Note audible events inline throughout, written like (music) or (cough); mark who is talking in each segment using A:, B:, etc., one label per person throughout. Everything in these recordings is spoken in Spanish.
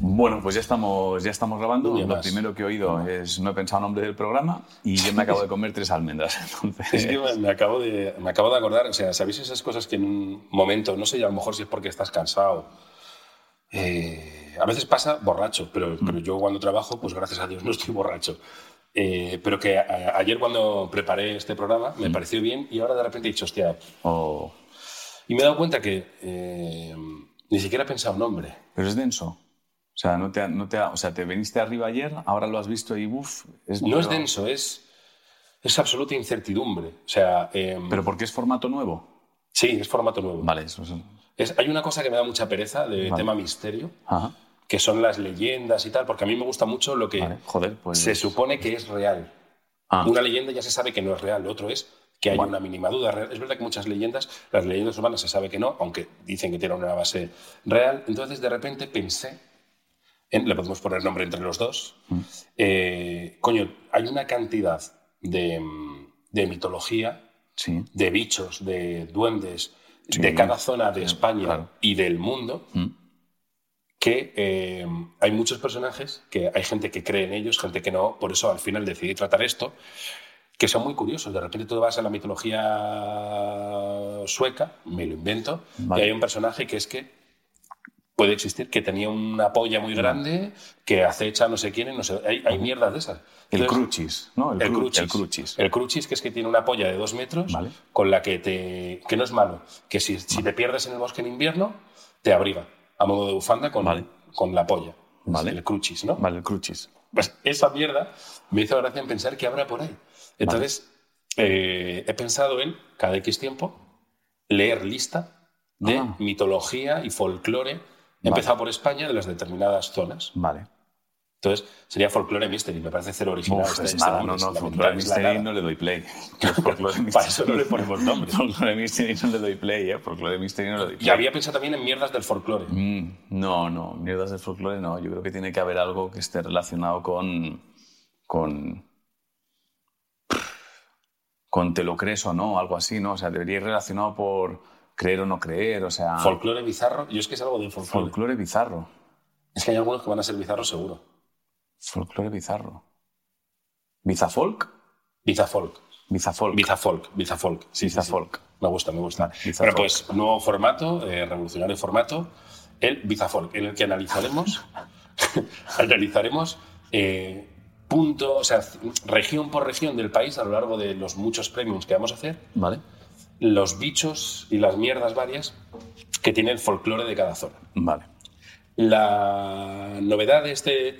A: Bueno, pues ya estamos, ya estamos grabando.
B: Uy,
A: Lo
B: más.
A: primero que he oído es no he pensado nombre del programa y yo me acabo de comer tres almendras. (laughs) Entonces,
B: Es que me- me acabo, de, me acabo de acordar, o sea, ¿sabéis esas cosas que en un momento, no sé, a lo mejor si es porque estás cansado? eh, a veces pasa borracho, pero,
A: Mm.
B: pero yo cuando trabajo, pues gracias a Dios no estoy borracho. Eh, pero que a- a- ayer cuando preparé este programa
A: Mm.
B: me pareció bien y ahora de repente he dicho, hostia,
A: o-
B: y me he dado cuenta que eh, ni siquiera he pensado nombre.
A: pero es denso. O sea, no te, ha- no te, ha- o sea, te viniste arriba ayer, ahora lo has visto y uff.
B: No es denso, es, es absoluta incertidumbre. O sea, eh,
A: Pero porque es formato nuevo.
B: sí, es formato nuevo.
A: Vale, eso es.
B: Es- hay una cosa que me da mucha pereza de
A: Vale.
B: tema misterio.
A: Ajá.
B: que son las leyendas y tal, porque a mí me gusta mucho lo que
A: Vale, joder, pues.
B: se supone que es real.
A: Ah,
B: Una leyenda ya se sabe que no es real, lo otro es que hay
A: Bueno.
B: una mínima duda real. Es verdad que muchas leyendas, las leyendas urbanas se sabe que no, aunque dicen que tienen una base real. Entonces, de repente pensé, en- le podemos poner nombre entre los dos,
A: Mm.
B: eh, coño, hay una cantidad de, mm, de mitología
A: sí.
B: de bichos, de duendes,
A: Sí,
B: de cada zona de
A: sí,
B: España
A: claro.
B: y del mundo,
A: Mm.
B: que eh, hay muchos personajes, que hay gente que cree en ellos, gente que no, por eso al final decidí tratar esto, que son muy curiosos. De repente tú vas a la mitología sueca, me lo invento,
A: Vale.
B: y hay un personaje que es que puede existir, que tenía una polla
A: Mm.
B: muy grande, que acecha a no sé quién, y no sé, hay, hay mierdas de esas.
A: El
B: Entonces,
A: cruchis, ¿no?
B: el
A: cru-
B: cruchis. Eh,
A: El cruchis.
B: El cruchis, que es que tiene una polla de dos metros
A: Vale.
B: con la que te. que no es malo. Que si, si te pierdes en el bosque en invierno, te abriga a modo de bufanda con,
A: Vale.
B: con la polla. Es
A: Vale.
B: El cruchis, ¿no?
A: Vale, el cruchis.
B: Pues esa mierda me hizo gracia en pensar que habrá por ahí. Entonces, eh, he pensado en, cada X tiempo, leer lista de
A: Ah.
B: mitología y folclore. He
A: Vale.
B: empezado por España, de las determinadas zonas.
A: Vale.
B: Entonces, sería folclore mystery. Me parece cero original.
A: Uf,
B: este-
A: es
B: este
A: nada,
B: nombre,
A: no,
B: es
A: no,
B: la
A: Folklore
B: mitad, es la
A: Mystery
B: nada.
A: no le doy play. (laughs) Folklore
B: Para eso no le
A: Mystery- (laughs)
B: ponemos nombre.
A: Folklore Mystery no le doy play, ¿eh? Folklore Mystery no le doy play.
B: Y había pensado también en mierdas del folclore.
A: Mm, no, no, mierdas del folclore no. Yo creo que tiene que haber algo que esté relacionado con. con. con te lo crees o no, algo así, ¿no? O sea, debería ir relacionado por creer o no creer, o sea.
B: Folclore bizarro. Yo es que es algo de folclore.
A: Ah. folclore bizarro.
B: Es que hay algunos que van a ser bizarros seguro.
A: Folclore bizarro. ¿Bizafolk?
B: Bizafolk.
A: Bizafolk.
B: Bizafolk. Bizafolk. Sí, sí, sí.
A: Bizafolk.
B: Me gusta, me gusta.
A: Bizafolk.
B: Bueno, pues nuevo formato, eh, revolucionario formato, el Bizafolk, en el que analizaremos, (laughs) analizaremos eh, punto, o sea, c- región por región del país a lo largo de los muchos premiums que vamos a hacer,
A: Vale.
B: los bichos y las mierdas varias que tiene el folclore de cada zona.
A: Vale.
B: La novedad de este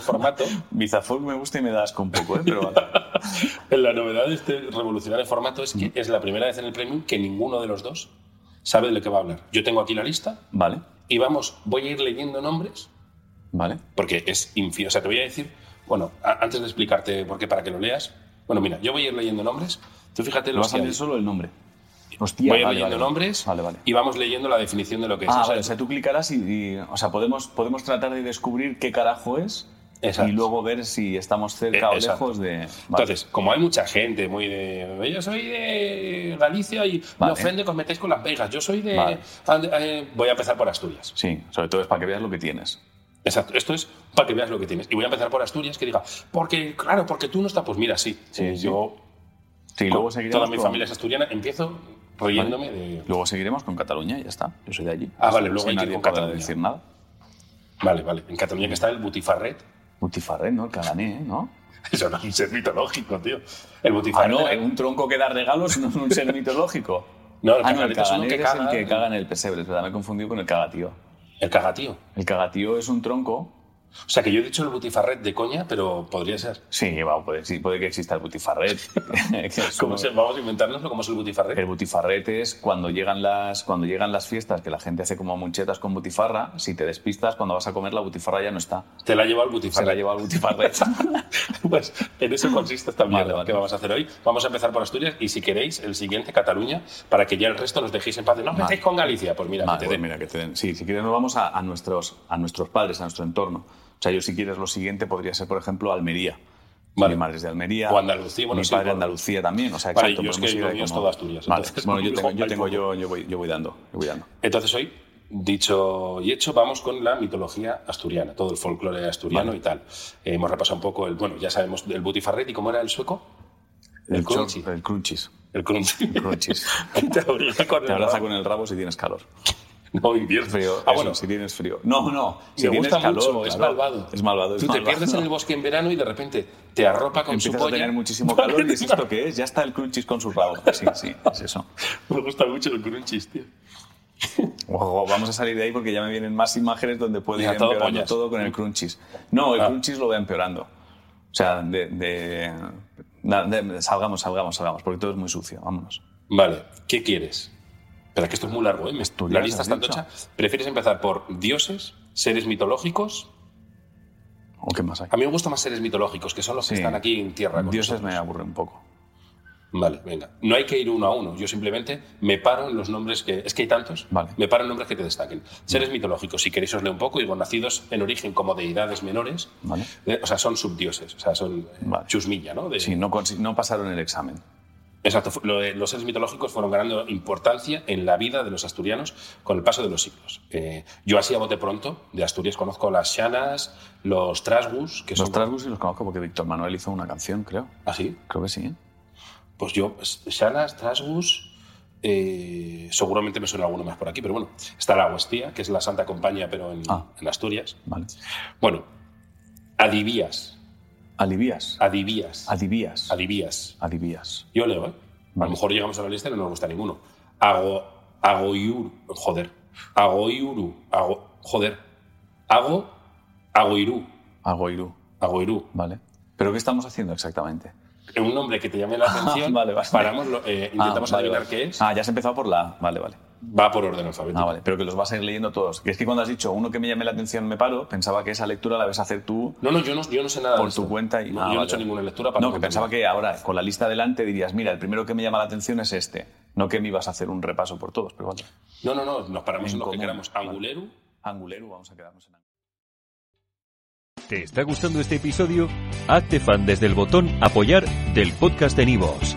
A: (laughs)
B: formato,
A: Bizafolk me gusta y me das con
B: (laughs)
A: poco, ¿eh? Pero vale.
B: la novedad de este revolucionario formato es que es la primera vez en el premium que ninguno de los dos sabe de lo que va a hablar. Yo tengo aquí la lista
A: Vale.
B: y vamos, voy a ir leyendo nombres
A: Vale.
B: porque es infi... O sea, te voy a decir, bueno, a- antes de explicarte por qué para que lo leas, bueno, mira, yo voy a ir leyendo nombres. Tú fíjate
A: Lo
B: los
A: vas a
B: que hay.
A: leer solo el nombre. Hostia,
B: Voy a ir
A: vale,
B: leyendo
A: vale.
B: nombres
A: Vale, vale.
B: y vamos leyendo la definición de lo que
A: Ah,
B: es. O sea,
A: vale, o sea, tú clicarás y, y- o sea, podemos, podemos tratar de descubrir qué carajo es
B: Exacto.
A: y luego ver si estamos cerca
B: Eh,
A: o
B: exacto.
A: lejos de... Vale.
B: Entonces, como hay mucha gente muy de. Yo soy de Galicia y me
A: Vale.
B: ofende que os metáis con Las Vegas. Yo soy de.
A: Vale.
B: And- eh, voy a empezar por Asturias.
A: Sí, sobre todo es para que veas lo que tienes.
B: Exacto. Esto es para que veas lo que tienes. Y voy a empezar por Asturias, que diga, porque, claro, porque tú no estás. Pues mira, sí.
A: Sí,
B: Eh,
A: sí.
B: Yo,
A: Sí,
B: con-
A: luego seguiremos
B: toda mi
A: con-
B: familia es asturiana. Empiezo riéndome de.
A: Luego seguiremos con Cataluña y ya está. Yo soy de allí.
B: Ah,
A: O sea,
B: vale, luego
A: sí,
B: hay que ir
A: nadie
B: con
A: podrá
B: Cataluña.
A: decir nada.
B: Vale, vale. En Cataluña que está el Butifarret. (laughs)
A: Butifarret, ¿no? El cagané, ¿eh? ¿no?
B: Eso no es un ser mitológico, tío. El
A: Ah,
B: Butifarret.
A: no, en un tronco que da regalos no es un
B: (laughs)
A: ser mitológico.
B: No, el
A: ah, no, el
B: caganet es uno
A: caganer
B: que
A: es el
B: caga-
A: que caga en el pesebre, es verdad, me he confundido con el cagatío.
B: el cagatío.
A: El cagatío es un tronco.
B: O sea que yo he dicho el Butifarret de coña, pero podría ser.
A: Sí, va, puede, sí, puede que exista el
B: (laughs)
A: butifarret. que es
B: ¿Cómo
A: uno-
B: se- vamos a inventárnoslo, ¿cómo es el butifarret?
A: El butifarret es cuando llegan, las, cuando llegan las fiestas, que la gente hace como muchetas con butifarra. Si te despistas, cuando vas a comer, la butifarra ya no está.
B: Te la lleva el
A: Se la
B: butifarret.
A: lleva el
B: (laughs)
A: butifarret.
B: Pues en eso consiste esta
A: Vale,
B: mierda
A: vale.
B: que vamos a hacer hoy. Vamos a empezar por Asturias y si queréis, el siguiente, Cataluña, para que ya el resto nos dejéis en paz. No os metáis con Galicia, pues mira,
A: Vale,
B: que te
A: pues
B: den.
A: mira, que te den. Sí, si quieres nos vamos a, a nuestros, a nuestros padres, a nuestro entorno. O sea, yo si quieres lo siguiente podría ser, por ejemplo, Almería.
B: Vale.
A: Mi madre es de Almería.
B: O Andalucía, bueno,
A: Mi
B: sí,
A: padre
B: por-
A: Andalucía también. O sea,
B: Vale,
A: exacto,
B: yo es
A: podemos
B: que
A: ir
B: lo
A: ahí
B: mío es
A: como-
B: todo Asturias,
A: Vale.
B: (laughs) entonces,
A: Bueno, yo tengo, yo,
B: hay
A: tengo- yo,
B: poco.
A: yo voy, yo voy dando, yo voy dando.
B: Entonces hoy dicho y hecho, vamos con la mitología asturiana, todo el folclore asturiano
A: Vale.
B: y tal. Eh, hemos repasado un poco el, bueno, ya sabemos del butifarret y cómo era el sueco. El,
A: El,
B: crunchy.
A: chor- el
B: (laughs)
A: crunchies.
B: El crunchy.
A: crunchies.
B: Te abraza con
A: Te
B: el
A: abraza
B: rabo.
A: con el rabo si tienes calor.
B: No, invierno.
A: Frío,
B: Ah,
A: eso,
B: bueno,
A: si tienes frío. No, no. Si
B: me
A: tienes
B: gusta
A: calor,
B: mucho, es
A: claro.
B: malvado.
A: Es malvado. es
B: Tú te
A: malvado.
B: pierdes en el bosque en verano y de repente te arropa con
A: Empiezas
B: su
A: a
B: polla.
A: tener
B: (laughs)
A: muchísimo calor y es esto que es. Ya está el crunchies con su rabo. Sí, sí, es eso.
B: Me gusta mucho el crunchies, tío.
A: Guau, vamos a salir de ahí porque ya me vienen más imágenes donde puede
B: Ya,
A: ir
B: todo
A: empeorando
B: pollas.
A: todo con el crunchies. No, el
B: Ah.
A: crunchies lo va empeorando. O sea, de, de- na- de- Salgamos, salgamos, salgamos, porque todo es muy sucio. Vámonos.
B: Vale, ¿qué quieres? Pero es que esto es muy largo, ¿eh? Me-
A: Asturias,
B: La lista
A: has
B: está
A: dicho.
B: tocha. ¿Prefieres empezar por dioses, seres mitológicos?
A: ¿O qué más hay?
B: A mí me gustan más seres mitológicos, que son los que
A: Sí.
B: están aquí en tierra. con
A: Dioses
B: nosotros.
A: me aburre un poco.
B: Vale, venga. No hay que ir uno a uno. Yo simplemente me paro en los nombres que. Es que hay tantos.
A: Vale.
B: Me paro en nombres que te destaquen. Seres mitológicos, si queréis os leo un poco, digo, nacidos en origen como deidades menores.
A: Vale.
B: Eh, O sea, son subdioses. O sea, son eh,
A: Vale.
B: chusmilla, ¿no? De-
A: Sí, no, consi- no pasaron el examen.
B: Exacto, fu- lo de- los seres mitológicos fueron ganando importancia en la vida de los asturianos con el paso de los siglos. Eh, yo así a bote pronto, de Asturias conozco las Xanas, los Trasgus, que
A: Los
B: son...
A: Trasgus sí los conozco porque Víctor Manuel hizo una canción, creo.
B: ¿Así?
A: Creo que sí. ¿eh?
B: Pues yo, pues, Xanas, Trasgus, eh, seguramente me suena alguno más por aquí, pero bueno, está la Huestía, que es la Santa Compañía, pero en,
A: Ah.
B: en Asturias.
A: Vale.
B: Bueno, Adivías,
A: Alivías.
B: Adivías,
A: Adivías.
B: Adivías.
A: Adivías.
B: Yo leo, ¿eh? A lo
A: Vale.
B: mejor llegamos a la lista y no nos gusta ninguno. Ago, agoiuru, joder. Agoiuru, ago, joder. Ago, agoiru,
A: Agoirú.
B: agoiru.
A: Vale. ¿Pero qué estamos haciendo exactamente?
B: Es Un nombre que te
A: (laughs)
B: llame la atención.
A: Ah, vale, vale.
B: Paramos, lo- eh, intentamos
A: Ah, vale,
B: adivinar
A: vale.
B: qué es.
A: Ah, ya has empezado por la. Vale, vale.
B: Va por orden alfabético.
A: Ah, vale. Pero que los vas a ir leyendo todos. Que es que cuando has dicho uno que me llame la atención me paro, pensaba que esa lectura la vas a hacer tú
B: No, no, yo no, yo no sé nada. de
A: por
B: esto.
A: tu cuenta y.
B: No,
A: Ah,
B: yo no he
A: vale.
B: hecho ninguna lectura para
A: No, que pensaba que ahora con la lista delante dirías, mira, el primero que me llama la atención es este. No que me ibas a hacer un repaso por todos, pero vale.
B: No, no, no, nos paramos en,
A: En
B: lo que
A: común.
B: queramos.
A: Vale.
B: Anguleru.
A: Anguleru, vamos a quedarnos en
C: ¿Te está gustando este episodio? Hazte fan desde el botón Apoyar del podcast de Nivos.